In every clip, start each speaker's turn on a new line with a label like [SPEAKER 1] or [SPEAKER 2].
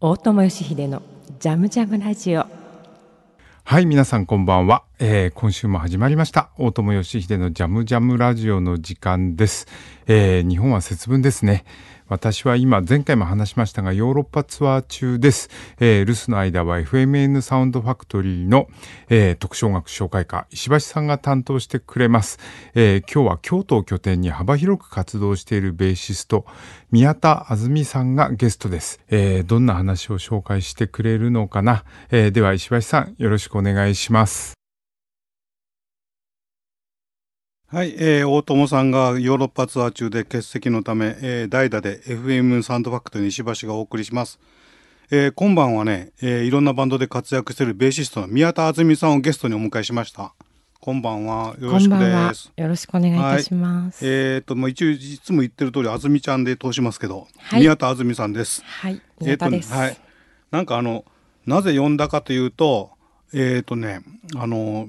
[SPEAKER 1] 大友義秀のジャムジャムラジオ
[SPEAKER 2] はい、皆さんこんばんは、えー今週も始まりました。大友義秀のジャムジャムラジオの時間です。えー日本は節分ですね。私は今、前回も話しましたが、ヨーロッパツアー中です。えー留守の間は FMN サウンドファクトリーの、えー特徴学紹介家、石橋さんが担当してくれます。えー今日は京都を拠点に幅広く活動しているベーシスト、宮田あずみさんがゲストです。えーどんな話を紹介してくれるのかな、えーでは石橋さんよろしくお願いします。
[SPEAKER 3] はい、えー大友さんがヨーロッパツアー中で欠席のため、えー代打で FM サンドファクトリー石橋がお送りします。えー今晩はね、えーいろんなバンドで活躍しているベーシストの宮田敦美さんをゲストにお迎えしました。こんばんは、よろしく
[SPEAKER 1] こんばんは
[SPEAKER 3] です。
[SPEAKER 1] よろしくお願いいたします
[SPEAKER 3] えっ、と、もう一応いつも言ってる通り、あずみちゃんで通しますけど、
[SPEAKER 1] はい
[SPEAKER 3] 宮田あずみさんです。
[SPEAKER 1] はい
[SPEAKER 3] え
[SPEAKER 1] 宮
[SPEAKER 3] っと
[SPEAKER 1] 田
[SPEAKER 3] ね
[SPEAKER 1] です、
[SPEAKER 3] はい。なんかあの、なぜ呼んだかというと、えっ、とね、あの、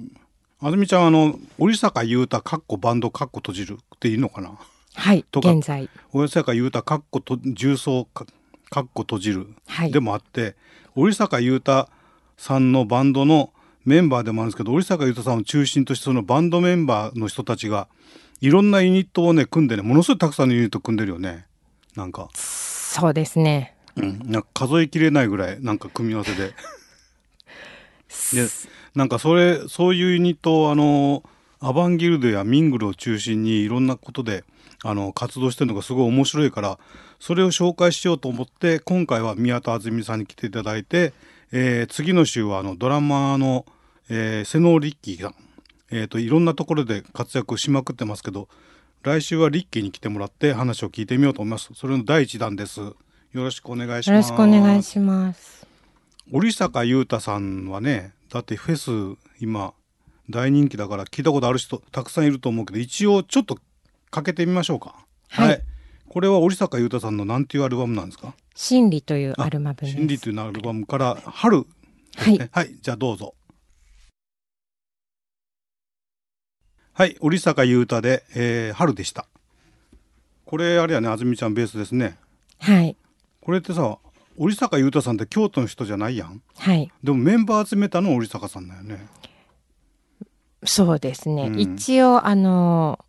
[SPEAKER 3] あずみちゃんはあの、織坂優太、かっこバンド、かっこ閉じるっていいのかな。
[SPEAKER 1] はい
[SPEAKER 3] とか
[SPEAKER 1] 現在
[SPEAKER 3] 織坂優太、かっこと、重曹、かかっこ閉じる。
[SPEAKER 1] はい
[SPEAKER 3] でもあって、織坂優太さんのバンドのメンバーでもあるんですけど、織坂優太さんを中心として、そのバンドメンバーの人たちが、いろんなユニットをね、組んでね、ものすごいたくさんのユニット組んでるよね。なんか、
[SPEAKER 1] そうですね
[SPEAKER 3] うん、なんか数えきれないぐらい、なんか組み合わせで。でなんかそれそういうユニットをあのアバンギルドやミングルを中心にいろんなことであの活動してるのがすごい面白いからそれを紹介しようと思って今回は宮田あずみさんに来ていただいて、えー次の週はあのドラマーの、えー瀬能リッキーさん、えーといろんなところで活躍しまくってますけど来週はリッキーに来てもらって話を聞いてみようと思いますそれの第一弾ですよろしくお願いします
[SPEAKER 1] よろしくお願いします
[SPEAKER 3] 織坂優太さんはねだってフェス今大人気だから聞いたことある人たくさんいると思うけど一応ちょっとかけてみましょうか
[SPEAKER 1] はい
[SPEAKER 3] これは織坂優太さんのなんていうアルバムなんですか
[SPEAKER 1] 真理というアルバムです
[SPEAKER 3] 真理というアルバムから春ですねはい、じゃあどうぞはい織坂優太で、えー春でしたこれあれやねあずみちゃんベースですね
[SPEAKER 1] はい
[SPEAKER 3] これってさ織坂優太さんって京都の人じゃないやん
[SPEAKER 1] はい
[SPEAKER 3] でもメンバー集めたの織坂さんだよね。
[SPEAKER 1] そうですね、
[SPEAKER 3] うん
[SPEAKER 1] 一応あの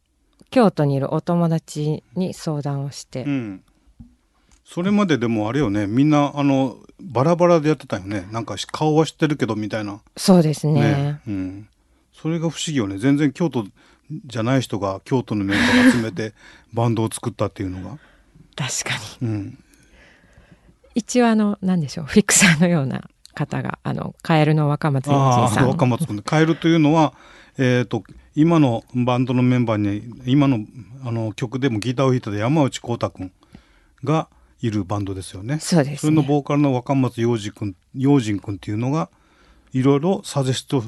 [SPEAKER 1] 京都にいるお友達に相談をして、
[SPEAKER 3] うん。それまででもあれよね、みんなあのバラバラでやってたよね。なんかし顔は知ってるけどみたいな。
[SPEAKER 1] そうですね
[SPEAKER 3] うん。それが不思議よね。全然京都じゃない人が京都のメンバーを集め てバンドを作ったっていうのが。
[SPEAKER 1] 確かに
[SPEAKER 3] うん。
[SPEAKER 1] 一応あの何でしょうフィクサーのような方があのカエルの若松友
[SPEAKER 3] あ
[SPEAKER 1] 人
[SPEAKER 3] あ
[SPEAKER 1] さ
[SPEAKER 3] ー、
[SPEAKER 1] ん
[SPEAKER 3] 若松君。カエルというのは、えっ、と、今のバンドのメンバーに、今のあの曲でもギターを弾いてた山内光太君がいるバンドですよね。
[SPEAKER 1] そうです
[SPEAKER 3] それの
[SPEAKER 1] ね
[SPEAKER 3] ボーカルの若松洋二君洋人君っていうのがいろいろサジェスト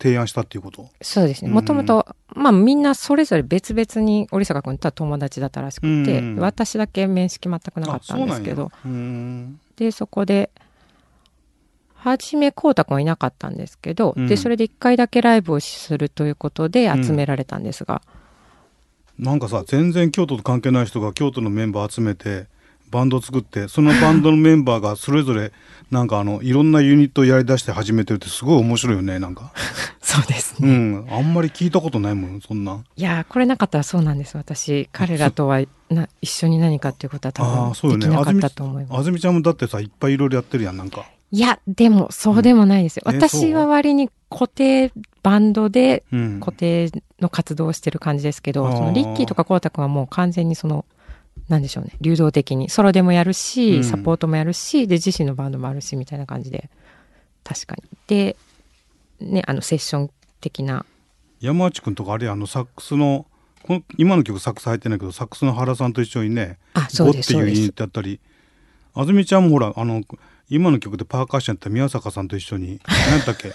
[SPEAKER 3] 提案したっていうこと。
[SPEAKER 1] そうですね
[SPEAKER 3] うん
[SPEAKER 1] もともとまあみんなそれぞれ別々に織坂君とは友達だったらしくて、
[SPEAKER 3] うん
[SPEAKER 1] 私だけ面識全くなかったんですけど
[SPEAKER 3] あそうなん
[SPEAKER 1] でそこで初めこうたくんはいなかったんですけど、
[SPEAKER 3] うん
[SPEAKER 1] でそれで1回だけライブをするということで集められたんですが、
[SPEAKER 3] やなんかさ全然京都と関係ない人が京都のメンバー集めてバンド作ってそのバンドのメンバー がそれぞれなんかあのいろんなユニットをやりだして始めてるってすごい面白いよねなんか。
[SPEAKER 1] そうです
[SPEAKER 3] う
[SPEAKER 1] ね
[SPEAKER 3] んあんまり聞いたことないもんそんな。
[SPEAKER 1] いやーこれなかったらそうなんです私彼らとはな一緒に何かっていうことは
[SPEAKER 3] ああ
[SPEAKER 1] 多
[SPEAKER 3] そうよ
[SPEAKER 1] 分で
[SPEAKER 3] ね。
[SPEAKER 1] きな
[SPEAKER 3] あ
[SPEAKER 1] か
[SPEAKER 3] ず
[SPEAKER 1] っ
[SPEAKER 3] み
[SPEAKER 1] たと思います
[SPEAKER 3] あずみちゃんもだってさいっぱいいろいろやってるやんなんか。
[SPEAKER 1] いや、でも、そうでもないですよ。
[SPEAKER 3] うんえ
[SPEAKER 1] 私は割に固定バンドで、
[SPEAKER 3] うん。
[SPEAKER 1] 固定の活動をしてる感じですけど、
[SPEAKER 3] あー
[SPEAKER 1] そのリッキーとかコウタ君はもう完全にその、なんでしょうね、流動的に、ソロでもやるし、
[SPEAKER 3] うん
[SPEAKER 1] サポートもやるし、で、自身のバンドもあるし、みたいな感じで、確かに。で、ね、あの、セッション的な、
[SPEAKER 3] 山内くんとかあれあのサックスのこの今の曲サックス入ってないけどサックスの原さんと一緒にね
[SPEAKER 1] あ、
[SPEAKER 3] ゴ
[SPEAKER 1] そう
[SPEAKER 3] っ
[SPEAKER 1] です、
[SPEAKER 3] て
[SPEAKER 1] そう
[SPEAKER 3] いう
[SPEAKER 1] で
[SPEAKER 3] ユニッ
[SPEAKER 1] す。
[SPEAKER 3] トやったりあずみちゃんもほらあの今の曲でパーカッションやった宮坂さんと一緒に何だ っけ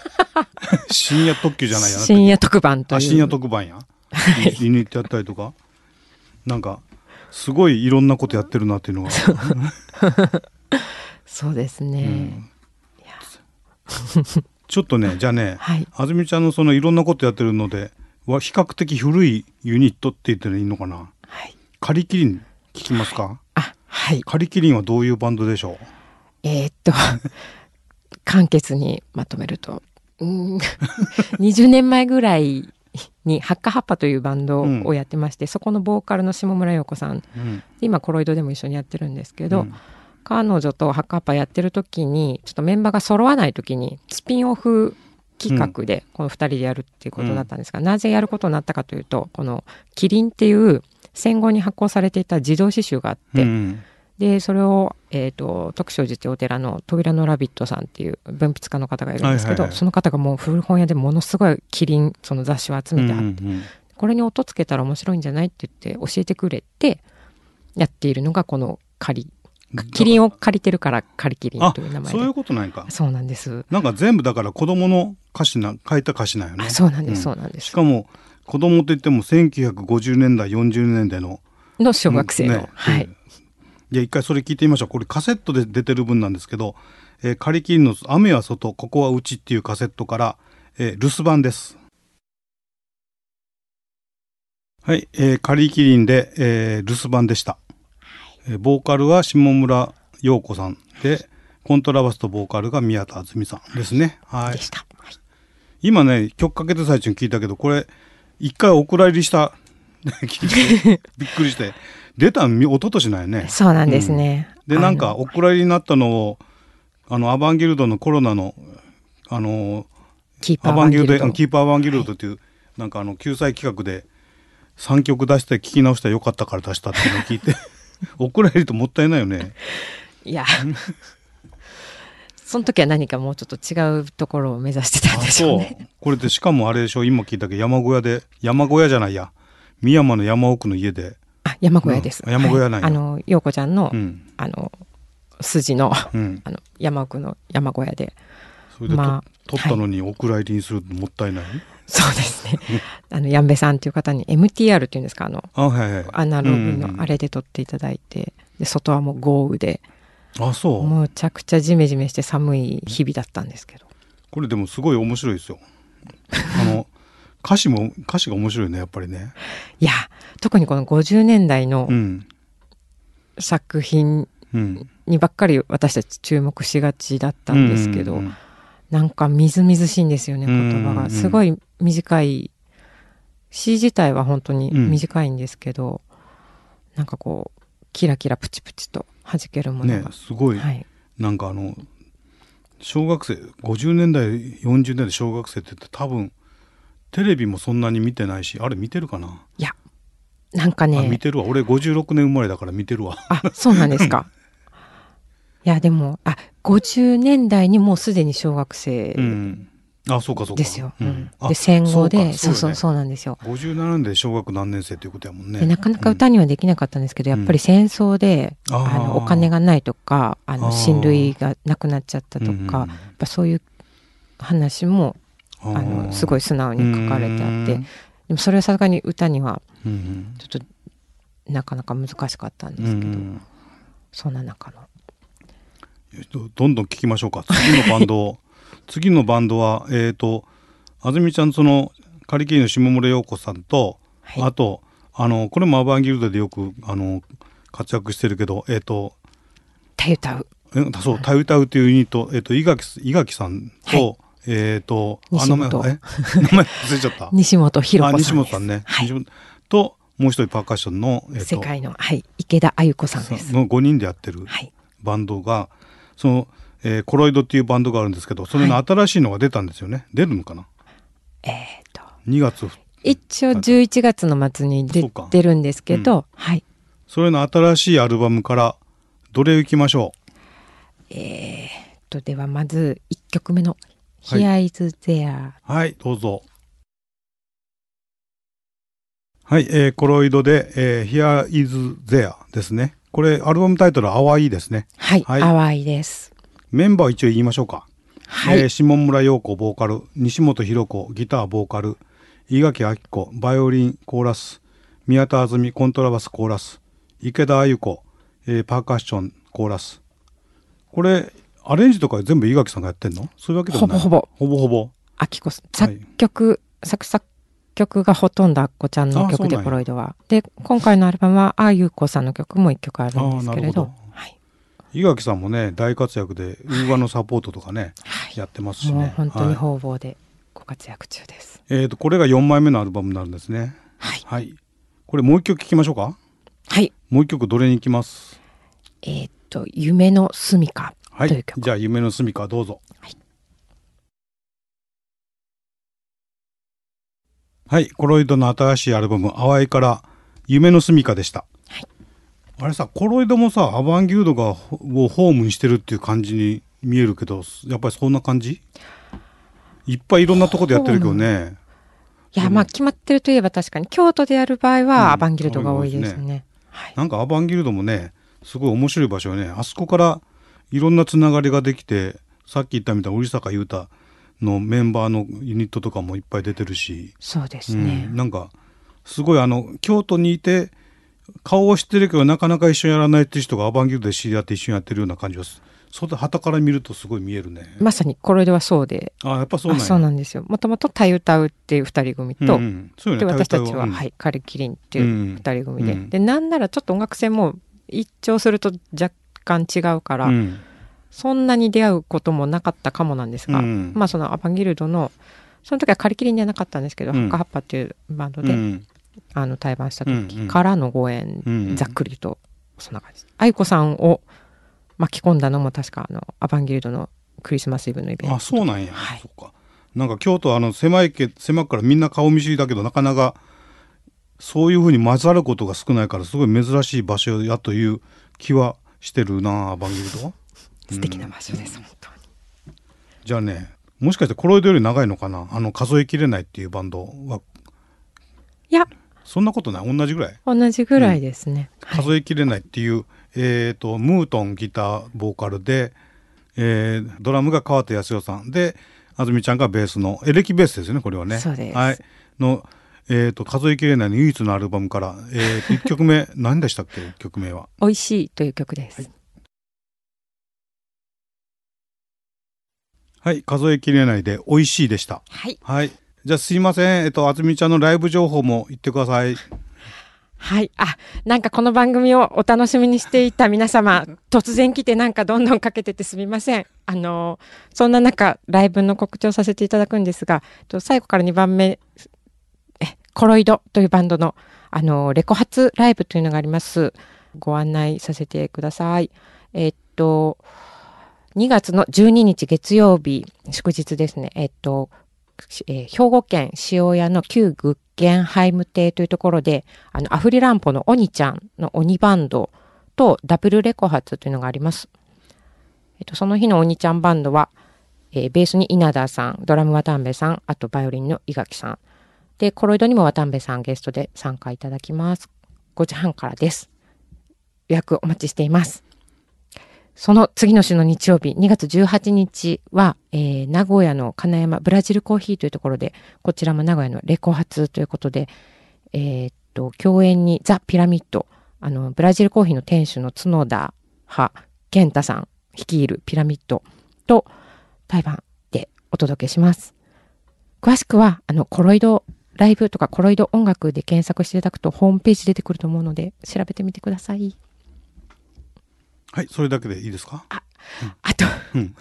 [SPEAKER 3] 深夜特急じゃないや
[SPEAKER 1] 深夜特番とい
[SPEAKER 3] あ
[SPEAKER 1] う。
[SPEAKER 3] 深夜特番やユニットやったりとかなんかすごいいろんなことやってるなっていうのが、
[SPEAKER 1] そうですね。
[SPEAKER 3] うんちょっとねじゃあね
[SPEAKER 1] はい。
[SPEAKER 3] あずみちゃんのそのいろんなことやってるのでは比較的古いユニットって言っていいのかな
[SPEAKER 1] はい。
[SPEAKER 3] カリキリン聞きますか、
[SPEAKER 1] あ、はい。
[SPEAKER 3] カリキリンはどういうバンドでしょう
[SPEAKER 1] えーっと簡潔にまとめるとうーん 20年前ぐらいにハッカハッパというバンドをやってまして、そこのボーカルの下村陽子さん
[SPEAKER 3] うん
[SPEAKER 1] 今コロイドでも一緒にやってるんですけど、
[SPEAKER 3] うん
[SPEAKER 1] 彼女とハッカッパやってる時にちょっとメンバーが揃わない時にスピンオフ企画でこの2人でやるっていうことだったんですが、なぜやることになったかというとこの「キリン」っていう戦後に発行されていた児童詩集があって、
[SPEAKER 3] うん
[SPEAKER 1] でそれを、えー、と徳勝寺っていうお寺の「扉のラビット」さんっていう文筆家の方がいるんですけど、
[SPEAKER 3] はいはいはい
[SPEAKER 1] その方がもう古本屋でものすごいキリンその雑誌を集めてあって、
[SPEAKER 3] うん
[SPEAKER 1] これに音つけたら面白いんじゃないって言って教えてくれてやっているのがこの仮
[SPEAKER 3] うん
[SPEAKER 1] キリンを借りてるから借りキリン
[SPEAKER 3] あ
[SPEAKER 1] という名前で
[SPEAKER 3] そういうことないか
[SPEAKER 1] そうなんです、
[SPEAKER 3] なんか全部だから子供の歌詞な書いた歌詞なんよね
[SPEAKER 1] あそうなんです、
[SPEAKER 3] うん
[SPEAKER 1] そうなんで
[SPEAKER 3] し
[SPEAKER 1] す
[SPEAKER 3] かも子供といっても1950年代40年代の
[SPEAKER 1] の小学生の、
[SPEAKER 3] ね
[SPEAKER 1] はい、
[SPEAKER 3] じゃあ一回それ聞いてみましょうこれカセットで出てる分なんですけど「えー、カリキリンの雨は外ここはうち」っていうカセットから、えー留守番ですはい、えー、カリキリンで、えー留守番でした、えーボーカルは下村陽子さんでコントラバスとボーカルが宮田敦美さんですねはい
[SPEAKER 1] でした、はい
[SPEAKER 3] 今ね曲かけて最初に聞いたけどこれ一回お蔵入りした 聞いてびっくりして出たんみ一昨年なんよね
[SPEAKER 1] そうなんですね、
[SPEAKER 3] で
[SPEAKER 1] あの
[SPEAKER 3] なんかお蔵入りになったのをあのアバンギルドのコロナのあの
[SPEAKER 1] キーパ
[SPEAKER 3] ア
[SPEAKER 1] ー
[SPEAKER 3] バ
[SPEAKER 1] バ
[SPEAKER 3] ン
[SPEAKER 1] ン
[SPEAKER 3] ギ
[SPEAKER 1] ギ
[SPEAKER 3] ル
[SPEAKER 1] ル
[SPEAKER 3] ド
[SPEAKER 1] ド
[SPEAKER 3] あのキーパーアバンギルドっていう、なんかあの救済企画で3曲出して聞き直したらよかったから出したっていうのを聞いて お蔵入りともったいない よね。
[SPEAKER 1] いやその時は何かもうちょっと違うところを目指してたんでしょうね
[SPEAKER 3] これでしかもあれでしょ今聞いたけど山小屋で山小屋じゃないや深山の山奥の家で。
[SPEAKER 1] あ山小屋です、
[SPEAKER 3] うん山小屋なん
[SPEAKER 1] はい
[SPEAKER 3] や
[SPEAKER 1] あの陽子ちゃんの、
[SPEAKER 3] うん
[SPEAKER 1] あの筋のあ
[SPEAKER 3] うん、
[SPEAKER 1] の山奥の山小屋で
[SPEAKER 3] それでと、
[SPEAKER 1] まあ
[SPEAKER 3] 取ったのにお蔵入りにするのもったいない、
[SPEAKER 1] そうですねあのやんべさんっていう方に MTR っていうんですかあの
[SPEAKER 3] あはいはい
[SPEAKER 1] アナログ
[SPEAKER 3] うん
[SPEAKER 1] のあれで撮っていただいて、で外はもう豪雨で
[SPEAKER 3] あそう
[SPEAKER 1] むちゃくちゃジメジメして寒い日々だったんですけど
[SPEAKER 3] これでもすごい面白いですよ。あの歌詞も歌詞が面白いねやっぱりね。
[SPEAKER 1] いや特にこの50年代の
[SPEAKER 3] うん
[SPEAKER 1] 作品
[SPEAKER 3] うん。
[SPEAKER 1] にばっかり私たち注目しがちだったんですけど、
[SPEAKER 3] うんうんうん
[SPEAKER 1] なんかみずみずしいんですよね言葉
[SPEAKER 3] うんうんうん
[SPEAKER 1] がすごい短い詩自体は本当に短いんですけど、なんかこうキラキラプチプチと弾けるもの
[SPEAKER 3] ね
[SPEAKER 1] が、
[SPEAKER 3] すごい、
[SPEAKER 1] はい、
[SPEAKER 3] なんかあの小学生50年代40年代小学生って言って多分テレビもそんなに見てないしあれ見てるかな、
[SPEAKER 1] いやなんか
[SPEAKER 3] あ
[SPEAKER 1] ね
[SPEAKER 3] 見てるわ俺56年生まれだから見てるわ。
[SPEAKER 1] あ、そうなんですか。いや、でも、あ、50年代にもうすでに小学生
[SPEAKER 3] うん。あそうかそうか。
[SPEAKER 1] ですよ。
[SPEAKER 3] う
[SPEAKER 1] うんん
[SPEAKER 3] あ
[SPEAKER 1] で、戦後で、
[SPEAKER 3] そ
[SPEAKER 1] そうう
[SPEAKER 3] か
[SPEAKER 1] そう、
[SPEAKER 3] そう
[SPEAKER 1] そうなんですよ。
[SPEAKER 3] よね57年で小学何年生っていうことやもんね。
[SPEAKER 1] でなかなか歌にはできなかったんですけど、
[SPEAKER 3] うん
[SPEAKER 1] やっぱり戦争で、
[SPEAKER 3] あー
[SPEAKER 1] あのお金がないとかあ
[SPEAKER 3] あー
[SPEAKER 1] の親類がなくなっちゃったとか、
[SPEAKER 3] うんうんうん
[SPEAKER 1] やっぱそういう話も
[SPEAKER 3] あ
[SPEAKER 1] あのすご
[SPEAKER 3] い
[SPEAKER 1] い素直に書かれてあってでもそれはさすがに歌には
[SPEAKER 3] うんうん
[SPEAKER 1] ちょっとなかなか難しかったんで
[SPEAKER 3] うんう
[SPEAKER 1] すけど、
[SPEAKER 3] ん
[SPEAKER 1] そんな中の
[SPEAKER 3] どどんどん聞きましょうか次のバンド を次のバンドはえっ、とあずみちゃんそのカリキリの下村陽子さんと、
[SPEAKER 1] はい
[SPEAKER 3] あとあのこれもアバンギルドでよくあの活躍してるけどえっ、と
[SPEAKER 1] 「たゆたう
[SPEAKER 3] えそう「たゆたう」というユニット、えっと伊垣す伊垣さんと、
[SPEAKER 1] はい
[SPEAKER 3] えっ、とあ
[SPEAKER 1] 西
[SPEAKER 3] 名
[SPEAKER 1] 本
[SPEAKER 3] 前え 名前忘れちゃった」
[SPEAKER 1] 西本博
[SPEAKER 3] あ
[SPEAKER 1] 子
[SPEAKER 3] 西
[SPEAKER 1] さん
[SPEAKER 3] 本
[SPEAKER 1] で
[SPEAKER 3] さ
[SPEAKER 1] す
[SPEAKER 3] んね、
[SPEAKER 1] はい
[SPEAKER 3] 西本ともう一人パーカッションの、えっと
[SPEAKER 1] 世界の、はい、池田あゆ子さんです。
[SPEAKER 3] の5人でやってる
[SPEAKER 1] はい、
[SPEAKER 3] バンドがその、えーコロイドっていうバンドがあるんですけどそれの新しいのが出たんですよね、出るのかな
[SPEAKER 1] えーっと
[SPEAKER 3] 2月ふ
[SPEAKER 1] 一応11月の末に
[SPEAKER 3] そ
[SPEAKER 1] 出
[SPEAKER 3] うか
[SPEAKER 1] てるんですけど、はい、
[SPEAKER 3] それの新しいアルバムからどれ行きましょ
[SPEAKER 1] えっとではまず1曲目の「
[SPEAKER 3] はい
[SPEAKER 1] Here is There
[SPEAKER 3] うはいどうぞはい、えーコロイドで、えー Here is There ですねこれアルバムタイトルは「淡い」ですね」
[SPEAKER 1] はい、
[SPEAKER 3] はい
[SPEAKER 1] 淡いです。
[SPEAKER 3] メンバーを一応言いましょうか
[SPEAKER 1] はい、
[SPEAKER 3] えー下村陽子ボーカル西本博子ギターボーカル伊垣明子バイオリンコーラス宮田あずみコントラバスコーラス池田あゆ子、えーパーカッションコーラスこれアレンジとか全部伊垣さんがやってんのそういうわけでも
[SPEAKER 1] ほ
[SPEAKER 3] な
[SPEAKER 1] ぼほ
[SPEAKER 3] い
[SPEAKER 1] ぼ
[SPEAKER 3] ほぼほぼ
[SPEAKER 1] あきこさん作曲、作作曲がほとんどあっこちゃんの
[SPEAKER 3] あそう
[SPEAKER 1] 曲
[SPEAKER 3] なん
[SPEAKER 1] で
[SPEAKER 3] や
[SPEAKER 1] コロイドは。で今回のアルバムはあゆこさんの曲も1曲あるんですけれど
[SPEAKER 3] あーなるほど
[SPEAKER 1] はい、
[SPEAKER 3] 井垣さんもね大活躍でウーバーのサポートとかね、
[SPEAKER 1] はい
[SPEAKER 3] やってますし
[SPEAKER 1] もう
[SPEAKER 3] ね
[SPEAKER 1] 本当に
[SPEAKER 3] はい
[SPEAKER 1] 方々でご活躍中です。
[SPEAKER 3] えー、とこれが4枚目のアルバムになるんですね
[SPEAKER 1] はい。
[SPEAKER 3] はいこれもう一曲聴きましょうか
[SPEAKER 1] はい。
[SPEAKER 3] もう一曲どれに行きます
[SPEAKER 1] えーっと、夢の住みか
[SPEAKER 3] は
[SPEAKER 1] という
[SPEAKER 3] い
[SPEAKER 1] 曲。
[SPEAKER 3] じゃあ夢の住みかどうぞ
[SPEAKER 1] はい
[SPEAKER 3] はいコロイドの新しいアルバム「淡い」から「夢の住みか」でした、
[SPEAKER 1] はい
[SPEAKER 3] あれさコロイドもさアバンギルドがほをホームにしてるっていう感じに見えるけどやっぱりそんな感じいっぱいいろんなとこでやってるけどね
[SPEAKER 1] いや、まあ、決まってるといえば確かに、京都でやる場合
[SPEAKER 3] うん
[SPEAKER 1] は、アバンギルドが多いです
[SPEAKER 3] 多い
[SPEAKER 1] ね。はい。
[SPEAKER 3] なんかアバンギルドもねすごい面白い場所よねあそこからいろんなつながりができてさっき言ったみたいに織坂優太のメンバーのユニットとかもいっぱい出てるし、
[SPEAKER 1] そうです
[SPEAKER 3] う
[SPEAKER 1] ね
[SPEAKER 3] ん、。なんかすごいあの京都にいて顔を知ってるけどなかなか一緒にやらないっていう人がアバンギルドで知り合って一緒にやってるような感じがす外旗から見るとすごい見えるね。
[SPEAKER 1] まさに、これではそうで。
[SPEAKER 3] あやっぱそう
[SPEAKER 1] あ
[SPEAKER 3] なんや
[SPEAKER 1] そうなんですよ。もともと、たゆたうっていう二人組
[SPEAKER 3] うん
[SPEAKER 1] と、
[SPEAKER 3] うんそうよ
[SPEAKER 1] で
[SPEAKER 3] ね
[SPEAKER 1] 私た
[SPEAKER 3] 大
[SPEAKER 1] ち
[SPEAKER 3] 体
[SPEAKER 1] は、
[SPEAKER 3] うん
[SPEAKER 1] はい、カリキリンっていう二人組で、
[SPEAKER 3] うん
[SPEAKER 1] でなんならちょっと音楽性も一聴すると若干違うから、
[SPEAKER 3] うん
[SPEAKER 1] そんなに出会うこともなかったかもなんですが、
[SPEAKER 3] うん
[SPEAKER 1] まあそのアバンギルドのその時はカリキリンではなかったんですけど、
[SPEAKER 3] うん
[SPEAKER 1] ハッカハッパっていうバンドで、
[SPEAKER 3] うん
[SPEAKER 1] あの対バンした
[SPEAKER 3] うんうん
[SPEAKER 1] 時からのご縁、
[SPEAKER 3] うん
[SPEAKER 1] ざっくりとそんな感じ愛子さんを巻き込んだのも確かあのアバンギルドのクリスマスイブのイベント
[SPEAKER 3] あそうなんや、
[SPEAKER 1] はい
[SPEAKER 3] そっかなんか京都はあの狭いけ狭くからみんな顔見知りだけどなかなかそういうふうに混ざることが少ないからすごい珍しい場所やという気はしてるな番組と
[SPEAKER 1] 素敵な場所です、本当に
[SPEAKER 3] じゃあねもしかしてコロイドより長いのかなあの数えきれないっていうバンドはい
[SPEAKER 1] や
[SPEAKER 3] そんなことない同じぐらい
[SPEAKER 1] 同じぐらいですね、はい
[SPEAKER 3] 数えきれないっていう、えー、とムートンギターボーカルで、えードラムが川手康代さんで安住ちゃんがベースのエレキベースですよねこれはね。
[SPEAKER 1] そうです
[SPEAKER 3] はい、の、えー、と数えきれないの唯一のアルバムから、えー、と1曲 目何でしたっけ曲名は。
[SPEAKER 1] 美味しいという曲です、
[SPEAKER 3] はい数えきれないで「美味しい」でした。
[SPEAKER 1] はい。
[SPEAKER 3] はいじゃあすいません、えっと、あずみちゃんのライブ情報も言ってください。
[SPEAKER 1] はい。あ、なんかこの番組をお楽しみにしていた皆 様、突然来てなんかどんどんかけててすみません。あのーそんな中、ライブの告知をさせていただくんですが、と最後から2番目、え、コロイドというバンドの、あのーレコ発ライブというのがあります。ご案内させてください。えっと、2月の12日月曜日、祝日ですね。えっと、しえー兵庫県塩屋の旧グッゲンハイム邸というところで、あの、アフリランポの鬼ちゃんの鬼バンドとダブルレコ発というのがあります。えっと、その日の鬼ちゃんバンドは、えーベースに稲田さん、ドラム渡辺さん、あとバイオリンの伊垣さん。で、コロイドにも渡辺さんゲストで参加いただきます。5時半からです。予約お待ちしています。その次の週の日曜日、2月18日は、えー名古屋の金山ブラジルコーヒーというところで、こちらも名古屋のレコ発ということで、えーっと、共演にザ・ピラミッド、あの、ブラジルコーヒーの店主の角田派健太さん率いるピラミッドと台湾でお届けします。詳しくは、あの、コロイドライブとかコロイド音楽で検索していただくとホームページ出てくると思うので、調べてみてください。
[SPEAKER 3] はい、それだけでいいですか
[SPEAKER 1] あと、
[SPEAKER 3] うん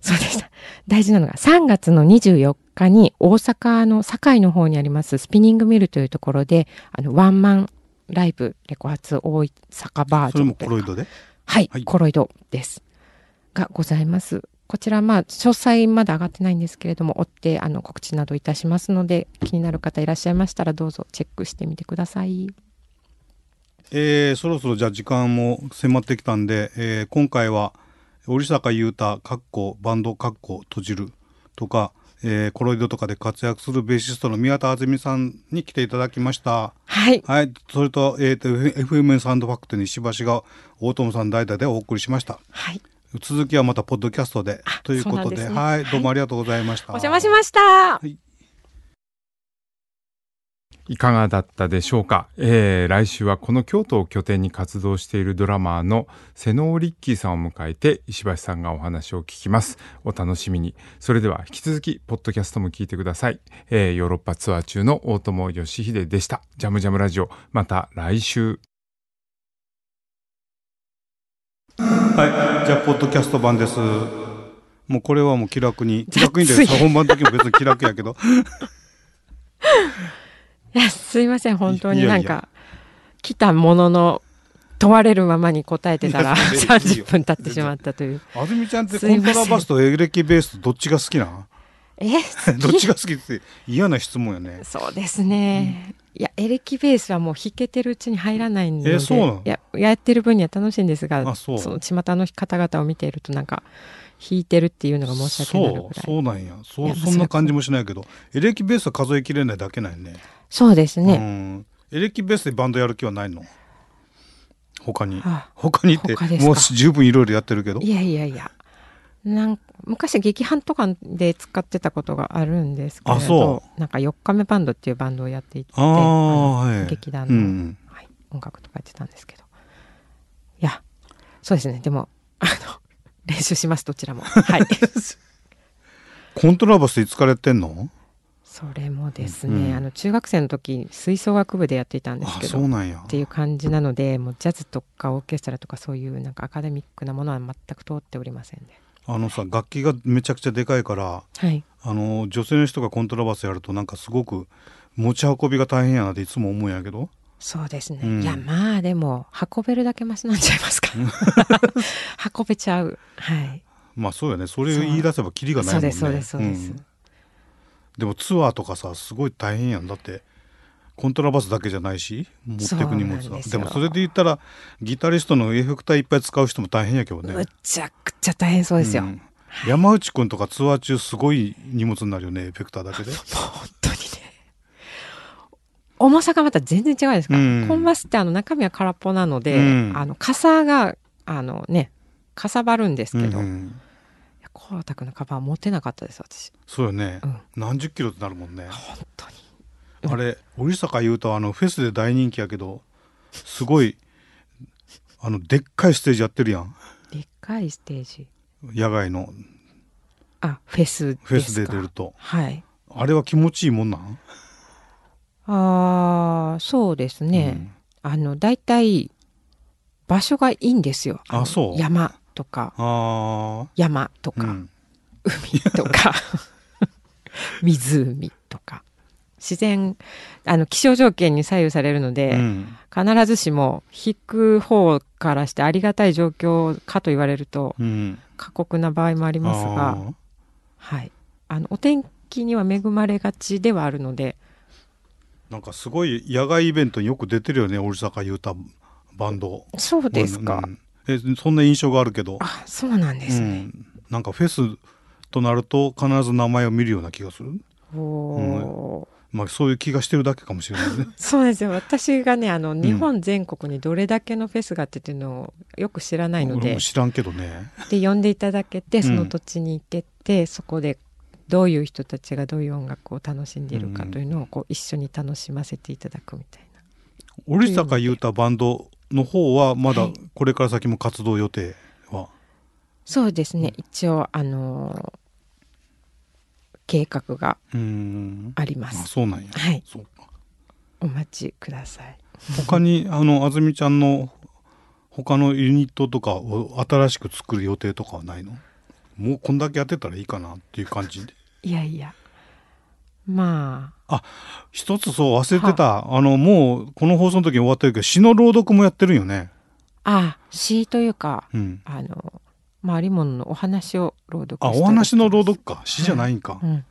[SPEAKER 1] そうでした。大事なのが、3月の24日に大阪の堺の方にありますスピニングミルというところで、あの、ワンマンライブ、レコ発大阪バージ
[SPEAKER 3] それ
[SPEAKER 1] ョン
[SPEAKER 3] も
[SPEAKER 1] と
[SPEAKER 3] コ
[SPEAKER 1] いう
[SPEAKER 3] ロイ
[SPEAKER 1] か
[SPEAKER 3] ドで。
[SPEAKER 1] はい、
[SPEAKER 3] はい
[SPEAKER 1] コロイドです。がございます。こちら、まあ、詳細まだ上がってないんですけれども、追って、あの、告知などいたしますので、気になる方いらっしゃいましたら、どうぞチェックしてみてください。
[SPEAKER 3] えーそろそろじゃあ時間も迫ってきたんで、えー今回は織坂優太かっこバンドかっこ閉じるとか、えーコロイドとかで活躍するベーシストの宮田あずみさんに来ていただきました。
[SPEAKER 1] はい。
[SPEAKER 3] はい、それと,、えー、と FM サンドファクトに石橋が大友さん代打でお送りしました。
[SPEAKER 1] はい。
[SPEAKER 3] 続きはまたポッドキャストで
[SPEAKER 1] あ
[SPEAKER 3] ということ
[SPEAKER 1] そ
[SPEAKER 3] で
[SPEAKER 1] うなんですね
[SPEAKER 3] はい、
[SPEAKER 1] はい
[SPEAKER 3] どうもありがとうございました。
[SPEAKER 1] お邪魔しました。
[SPEAKER 2] いかがだったでしょうか、えー来週はこの京都を拠点に活動しているドラマーの瀬能リッキーさんを迎えて石橋さんがお話を聞きますお楽しみにそれでは引き続きポッドキャストも聞いてください、えーヨーロッパツアー中の大友義秀でしたジャムジャムラジオまた来週
[SPEAKER 3] はい、じゃあポッドキャスト版です。もうこれはもう気楽に気楽にで
[SPEAKER 1] 雑い
[SPEAKER 3] 本番の時も別に気楽やけど、
[SPEAKER 1] いやすいません本当
[SPEAKER 3] い
[SPEAKER 1] に
[SPEAKER 3] やいや
[SPEAKER 1] なんか来たものの問われるままに答えてたら
[SPEAKER 3] いや全然いいよ
[SPEAKER 1] 30分経ってしまったという
[SPEAKER 3] あずみちゃんって
[SPEAKER 1] す
[SPEAKER 3] コ
[SPEAKER 1] い
[SPEAKER 3] ン
[SPEAKER 1] ませ
[SPEAKER 3] ト
[SPEAKER 1] ん
[SPEAKER 3] ラバスとエレキベースどっちが好きなん？
[SPEAKER 1] え
[SPEAKER 3] どっちが好きって嫌な質問やね。
[SPEAKER 1] そうですね、いやエレキベースはもう弾けてるうちに入らないので
[SPEAKER 3] えそうなの
[SPEAKER 1] いややってる分には楽しいんですが
[SPEAKER 3] あそう
[SPEAKER 1] の巷の方々を見ているとなんか弾いてるっていうのが申し訳ないぐら
[SPEAKER 3] そ
[SPEAKER 1] いうそう
[SPEAKER 3] そうなんやそ
[SPEAKER 1] いうや
[SPEAKER 3] そんな感じもしないけどエレキベースは数えきれないだけなんやね
[SPEAKER 1] ですね、
[SPEAKER 3] うんエレキベースでバンドやる気はないの他に
[SPEAKER 1] あ
[SPEAKER 3] 他にって
[SPEAKER 1] 他ですか
[SPEAKER 3] もう十分いろいろやってるけど
[SPEAKER 1] いやいやいやなん昔劇伴とかで使ってたことがあるんですけれ
[SPEAKER 3] あそ
[SPEAKER 1] どなんか4日目バンドっていうバンドをやっていて
[SPEAKER 3] ああ
[SPEAKER 1] あの
[SPEAKER 3] はい
[SPEAKER 1] 劇団
[SPEAKER 3] う
[SPEAKER 1] の、
[SPEAKER 3] ん
[SPEAKER 1] はい、音楽とかやってたんですけどいやそうですねでもあの練習しますどちらも はい
[SPEAKER 3] コントラバスいつからやってんの
[SPEAKER 1] それもですね、
[SPEAKER 3] うん
[SPEAKER 1] あの中学生の時吹奏楽部でやっていたんです
[SPEAKER 3] あ
[SPEAKER 1] け
[SPEAKER 3] そ
[SPEAKER 1] ど
[SPEAKER 3] う
[SPEAKER 1] っ
[SPEAKER 3] なんや
[SPEAKER 1] ていう感じなのでもうジャズとかオーケストラとかそういうなんかアカデミックなものは全く通っておりませんね
[SPEAKER 3] あのさ楽器がめちゃくちゃでかいから
[SPEAKER 1] はい
[SPEAKER 3] あの女性の人がコントラバスやるとなんかすごく持ち運びが大変やなっていつも思うんやけど
[SPEAKER 1] そうですね、
[SPEAKER 3] うん
[SPEAKER 1] いやまあでも運べるだけマシなんちゃいますか 運べちゃうはい
[SPEAKER 3] まあそうやねそれを言い出せばキリがない
[SPEAKER 1] そ
[SPEAKER 3] も
[SPEAKER 1] うん
[SPEAKER 3] ね
[SPEAKER 1] ですそうですそうです、
[SPEAKER 3] んでもツアーとかさすごい大変やんだってコントラバスだけじゃないし持ってく荷物
[SPEAKER 1] そうなんで
[SPEAKER 3] はです
[SPEAKER 1] よ
[SPEAKER 3] もそれで言ったらギタリストのエフェクターいっぱい使う人も大変やけどね
[SPEAKER 1] むちゃくちゃ大変そうですよ、
[SPEAKER 3] うん山内くんとかツアー中すごい荷物になるよねエフェクターだけで
[SPEAKER 1] 本当にね重さがまた全然違うですから、
[SPEAKER 3] うん
[SPEAKER 1] コンバスってあの中身は空っぽなので、
[SPEAKER 3] うん
[SPEAKER 1] あの傘があのねかさばるんですけど、
[SPEAKER 3] う
[SPEAKER 1] い
[SPEAKER 3] んう
[SPEAKER 1] や
[SPEAKER 3] ん
[SPEAKER 1] 光沢のカバン持てなかったです私
[SPEAKER 3] そうよね、
[SPEAKER 1] うん
[SPEAKER 3] 何十キロってなるもんね
[SPEAKER 1] 本当に
[SPEAKER 3] あれ織坂優太はあのフェスで大人気やけどすごいあのでっかいステージやってるやん
[SPEAKER 1] でっかいステージ
[SPEAKER 3] 野外の
[SPEAKER 1] あフェスですか
[SPEAKER 3] フェスで出ると
[SPEAKER 1] はい
[SPEAKER 3] あれは気持ちいいもんなん
[SPEAKER 1] ああそうですね、あの大体場所がいいんですよ
[SPEAKER 3] あ
[SPEAKER 1] の
[SPEAKER 3] そう
[SPEAKER 1] 山とか
[SPEAKER 3] あ
[SPEAKER 1] 山と
[SPEAKER 3] あ、う
[SPEAKER 1] か、
[SPEAKER 3] ん、
[SPEAKER 1] 海とか湖とか自然あの気象条件に左右されるの
[SPEAKER 3] う
[SPEAKER 1] で、
[SPEAKER 3] ん
[SPEAKER 1] 必ずしも引く方からしてありがたい状況かと言われると
[SPEAKER 3] うん、
[SPEAKER 1] 過酷な場合もあります
[SPEAKER 3] あ
[SPEAKER 1] が
[SPEAKER 3] ー
[SPEAKER 1] はい、あのお天気には恵まれがちではあるので
[SPEAKER 3] なんかすごい野外イベントによく出てるよね織坂優太バンド
[SPEAKER 1] そうですか、
[SPEAKER 3] うんえそんな印象があるけど、
[SPEAKER 1] あそうなんです
[SPEAKER 3] う
[SPEAKER 1] ね、
[SPEAKER 3] ん、なんかフェスとなると必ず名前を見るような気がする
[SPEAKER 1] おー
[SPEAKER 3] まあそういう気がしてるだけかもしれないね
[SPEAKER 1] そうですよ私がねあの日本全国にどれだけのフェスがあってっていうのをよく知ら ないので、
[SPEAKER 3] 俺も知らんけどね
[SPEAKER 1] で呼んでいただけて
[SPEAKER 3] ん
[SPEAKER 1] その土地に行けて、そこでどういう人たちがどういう音楽を楽しんでいるかというのをこう一緒に楽しませていただくみたいな、
[SPEAKER 3] 織坂優太バンドの方はまだ
[SPEAKER 1] はい
[SPEAKER 3] これから先も活動予定は、
[SPEAKER 1] そうですね一応あのー計画が
[SPEAKER 3] うん
[SPEAKER 1] ありま
[SPEAKER 3] あ
[SPEAKER 1] す
[SPEAKER 3] そうなんや、
[SPEAKER 1] はい
[SPEAKER 3] そうか
[SPEAKER 1] お待ちください
[SPEAKER 3] 他にあの安住ちゃんの他のユニットとかを新しく作る予定とかはないのもうこんだけやってたらいいかなっていう感じで
[SPEAKER 1] いやいやまあ
[SPEAKER 3] 一つそう忘れてたあのもうこの放送の時に終わってるけど詩の朗読もやってるよね
[SPEAKER 1] あ詩というか
[SPEAKER 3] うん
[SPEAKER 1] あのまあ有物のお話を朗読して
[SPEAKER 3] あお話の朗読か詩じゃないんか、
[SPEAKER 1] うん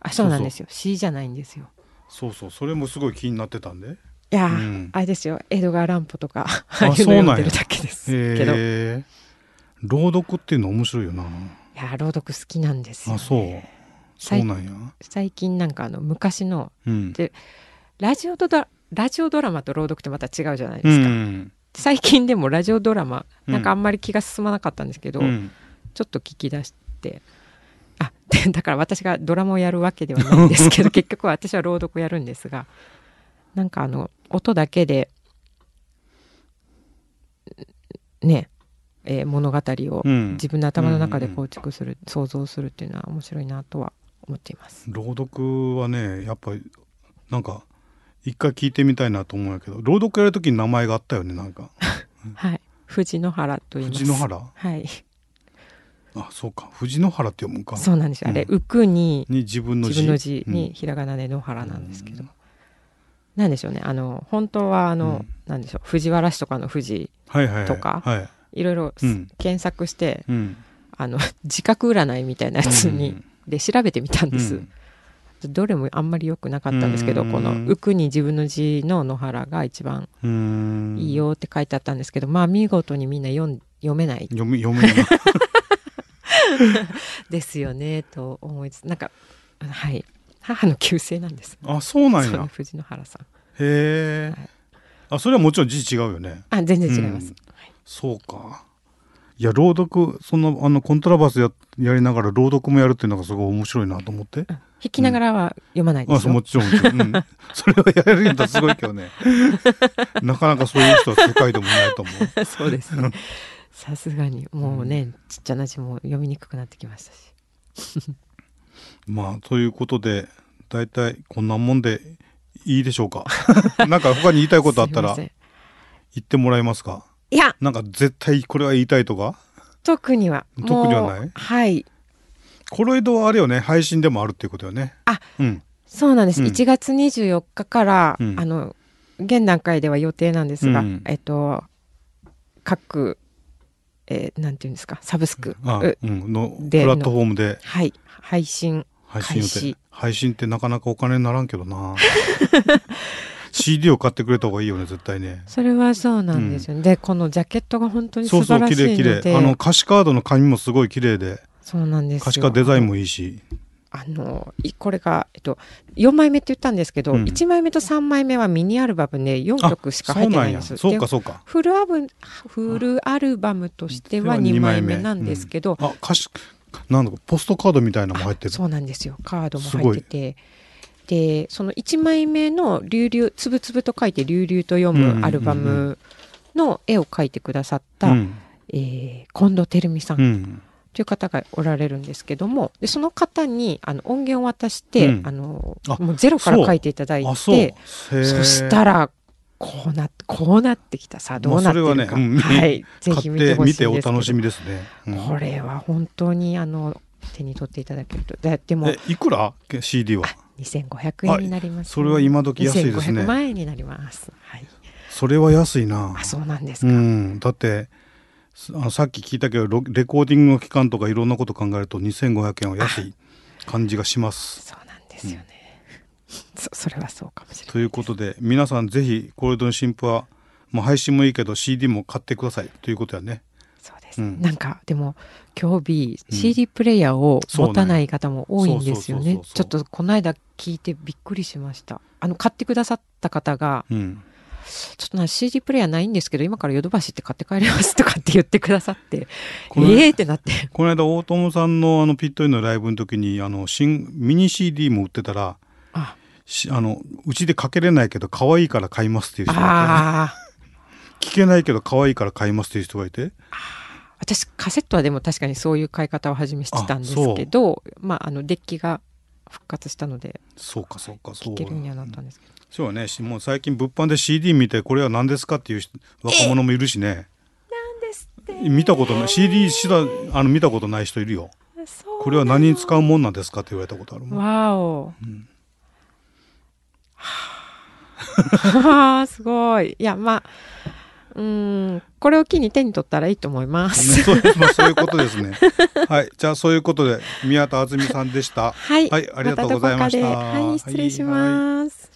[SPEAKER 1] あそうなんですよ詩じゃないんですよ
[SPEAKER 3] そうそうそれもすごい気になってたんで
[SPEAKER 1] いやー、
[SPEAKER 3] うん
[SPEAKER 1] あれですよ江戸川乱歩とか ああいうの
[SPEAKER 3] そうなんや
[SPEAKER 1] 読んでるだけですけどい
[SPEAKER 3] へえ朗読っていうの面白いよな
[SPEAKER 1] やー朗読好きなんですよ、
[SPEAKER 3] あ
[SPEAKER 1] ね、
[SPEAKER 3] そうそうなんや
[SPEAKER 1] 最近なんかあの昔の
[SPEAKER 3] うん
[SPEAKER 1] でラジオドララジオドラマと朗読ってまた違うじゃないで
[SPEAKER 3] う
[SPEAKER 1] すか、
[SPEAKER 3] ん
[SPEAKER 1] 最近でもラジオドラマ
[SPEAKER 3] うん
[SPEAKER 1] なんかあんまり気が進まなかったんですけど、
[SPEAKER 3] うん
[SPEAKER 1] ちょっと聞き出してあ でだから私がドラマをやるわけではないんですけ ど結局は私は朗読をやるんですがなんかあの音だけでね、えー物語を
[SPEAKER 3] うん
[SPEAKER 1] 自分の頭の中で構築する、想像するっていうのは面白いなとは思っています。
[SPEAKER 3] 朗読はねやっぱりなんか一回聞いてみたいなと思うんやけど朗読やる時に名前があったよねなんか
[SPEAKER 1] はい、藤野原と言います。
[SPEAKER 3] 藤野原
[SPEAKER 1] はい。
[SPEAKER 3] あそうか藤野原って読むか
[SPEAKER 1] そうなんですよ。あれ、
[SPEAKER 3] う
[SPEAKER 1] 浮くに、
[SPEAKER 3] に自分の字
[SPEAKER 1] 自分の字
[SPEAKER 3] う
[SPEAKER 1] に
[SPEAKER 3] ん
[SPEAKER 1] ひらがなで野原なんですけど、
[SPEAKER 3] うん
[SPEAKER 1] なんでしょうねあの本当はあの、
[SPEAKER 3] うん
[SPEAKER 1] なんでしょう藤原氏とかの藤
[SPEAKER 3] はいはいはい
[SPEAKER 1] とか
[SPEAKER 3] はい
[SPEAKER 1] いろいろ、
[SPEAKER 3] うん
[SPEAKER 1] 検索して
[SPEAKER 3] うん
[SPEAKER 1] あの 自覚占いみたいなやつに、で調べてみたん
[SPEAKER 3] う
[SPEAKER 1] で
[SPEAKER 3] ん
[SPEAKER 1] す、どれもあんまり良くなかったんですけど、
[SPEAKER 3] うん
[SPEAKER 1] この「うく」に自分の字の野原が一番
[SPEAKER 3] うん
[SPEAKER 1] いいよって書いてあったんですけど、まあ見事にみんな読ん読めない
[SPEAKER 3] 読む読 むな
[SPEAKER 1] ですよねと思いつつなんかはい母の旧姓なんです
[SPEAKER 3] あそうなん
[SPEAKER 1] その
[SPEAKER 3] や
[SPEAKER 1] 藤野原さん
[SPEAKER 3] へえあそれはもちろん字違うよね
[SPEAKER 1] あ全然違います、
[SPEAKER 3] うんそうかいや朗読そんなあのコントラバスややりながら朗読もやるっていうのがすごい面白いなと思って
[SPEAKER 1] 弾きながらは読まないで
[SPEAKER 3] あ
[SPEAKER 1] す
[SPEAKER 3] そ
[SPEAKER 1] よ、
[SPEAKER 3] うもちろんもちろ ん、うん、それをやれるんだすごいけどねなかなかそういう人は世界でもいないと思 う
[SPEAKER 1] そうですねさすがにもうね、ちっちゃな字も読みにくくなってきましたし
[SPEAKER 3] まあということで大体こんなもんでいいでしょ うかなんか他に言いたいことあったら
[SPEAKER 1] すいません
[SPEAKER 3] 言ってもらえますか
[SPEAKER 1] いや
[SPEAKER 3] なんか絶対これは言いたいとか
[SPEAKER 1] 特には
[SPEAKER 3] 特にはない
[SPEAKER 1] もうはい
[SPEAKER 3] コロイドはあれよね配信でもあるっていうことよね
[SPEAKER 1] あ
[SPEAKER 3] うん
[SPEAKER 1] そうなんです、
[SPEAKER 3] うん
[SPEAKER 1] 1月24日から、
[SPEAKER 3] うん
[SPEAKER 1] あの現段階では予定なんですが、
[SPEAKER 3] うん
[SPEAKER 1] えっと各、えーなんていうんですかサブスク
[SPEAKER 3] あ
[SPEAKER 1] う
[SPEAKER 3] うんの
[SPEAKER 1] で
[SPEAKER 3] プラットフォームで
[SPEAKER 1] はい配信
[SPEAKER 3] 配信予
[SPEAKER 1] 開
[SPEAKER 3] 定
[SPEAKER 1] 始
[SPEAKER 3] 配信ってなかなかお金にならんけ どな CD を買ってくれた方がいいよね絶対ね
[SPEAKER 1] それはそうなんですよね、でこのジャケットが本当に素
[SPEAKER 3] そうそ
[SPEAKER 1] 晴
[SPEAKER 3] う
[SPEAKER 1] らし
[SPEAKER 3] 綺
[SPEAKER 1] いの
[SPEAKER 3] 麗
[SPEAKER 1] で
[SPEAKER 3] 綺麗あの歌詞カードの紙もすごい綺麗で
[SPEAKER 1] そうなんですよ
[SPEAKER 3] 歌詞カデザインもいいし
[SPEAKER 1] あのいこれが、えっと、4枚目って言ったんですけど、
[SPEAKER 3] うん
[SPEAKER 1] 1枚目と3枚目はミニアルバムで4曲しか入ってないんです
[SPEAKER 3] そうなんやそう
[SPEAKER 1] で
[SPEAKER 3] かそうか
[SPEAKER 1] フルアブフルアルバムとしては2枚目なんですけど、
[SPEAKER 3] うんあ歌詞なんだかポストカードみたいなのも入ってる
[SPEAKER 1] そうなんですよカードも入っててでその1枚目の「流々つぶつぶ」と書いて「流々」と読
[SPEAKER 3] うんうんうんうん
[SPEAKER 1] むアルバムの絵を描いてくださった、
[SPEAKER 3] うん
[SPEAKER 1] えー近藤照美さん
[SPEAKER 3] うん
[SPEAKER 1] という方がおられるんですけどもでその方にあの音源を渡して、
[SPEAKER 3] うん
[SPEAKER 1] あの
[SPEAKER 3] あ
[SPEAKER 1] もうゼロから
[SPEAKER 3] そう
[SPEAKER 1] 書いていただい
[SPEAKER 3] あそう
[SPEAKER 1] てそした
[SPEAKER 3] ら
[SPEAKER 1] らこうなこうなってきたさあどうなってるか、
[SPEAKER 3] まあそれはねうん
[SPEAKER 1] はい、ぜ
[SPEAKER 3] 買
[SPEAKER 1] ひ
[SPEAKER 3] っ
[SPEAKER 1] 見て
[SPEAKER 3] て
[SPEAKER 1] ほしいんで
[SPEAKER 3] 見
[SPEAKER 1] すけ
[SPEAKER 3] て
[SPEAKER 1] ど
[SPEAKER 3] お楽しみですねうん
[SPEAKER 1] これは本当にあの手に取っていただけるとででも
[SPEAKER 3] えいくら CD は
[SPEAKER 1] 2500円になります、
[SPEAKER 3] それは今時安いです
[SPEAKER 1] 2500
[SPEAKER 3] ね
[SPEAKER 1] 万円になります、はい、
[SPEAKER 3] それは安いな
[SPEAKER 1] あそうなんです
[SPEAKER 3] う
[SPEAKER 1] か、
[SPEAKER 3] ん、だってすあのさっき聞いたけどロレコーディングの期間とかいろんなこと考えると2500円は安い感じがします。
[SPEAKER 1] そうなんですよね、そそれはそうかもしれない
[SPEAKER 3] ということで皆さんぜひコールドの新譜は、まあ、配信もいいけど CD も買ってくださいということやね。
[SPEAKER 1] そうです、
[SPEAKER 3] うん
[SPEAKER 1] なんかでも今日日 CD プレイヤーを持たない方も多いんですよ
[SPEAKER 3] そうなん
[SPEAKER 1] ね
[SPEAKER 3] やそう
[SPEAKER 1] ち
[SPEAKER 3] そう
[SPEAKER 1] ょっ
[SPEAKER 3] そうそう
[SPEAKER 1] とこの間聞いてびっくりしましたあの買ってくださった方が
[SPEAKER 3] うん、
[SPEAKER 1] 「ちょっとな CD プレイヤーないんですけど今からヨドバシって買って帰れます」とかって言ってくださって
[SPEAKER 3] この
[SPEAKER 1] ええーってなって
[SPEAKER 3] この間大友さんのあのピットインのライブの時にあの新ミニ CD も売ってたら
[SPEAKER 1] あ
[SPEAKER 3] しあのうちでかけれないけど可愛いから買いますっていう人が
[SPEAKER 1] あー
[SPEAKER 3] いて聞けないけど可愛いから買いますっていう人がいて
[SPEAKER 1] 私カセットはでも確かにそういう買い方を始めしてたんですけどまああのデッキが復活したので
[SPEAKER 3] そうかそうかそう
[SPEAKER 1] 聞けるようにはなったんですけど
[SPEAKER 3] そうはねしもう最近物販で CD 見てこれは何ですかっていう人若者もいるしね見たことない CD しだあの見たことない人いるよこれは何に使うもんなんですかって言われたことあるもん
[SPEAKER 1] わお、はあ すごいいやまあうーんこれを機に手に取ったらいいと思います、
[SPEAKER 3] そう,、まあ、そういうことですね はいじゃあそういうことで宮田あずみさんでし た
[SPEAKER 1] はい、
[SPEAKER 3] はいありがとうございました
[SPEAKER 1] たどこかではい失礼します、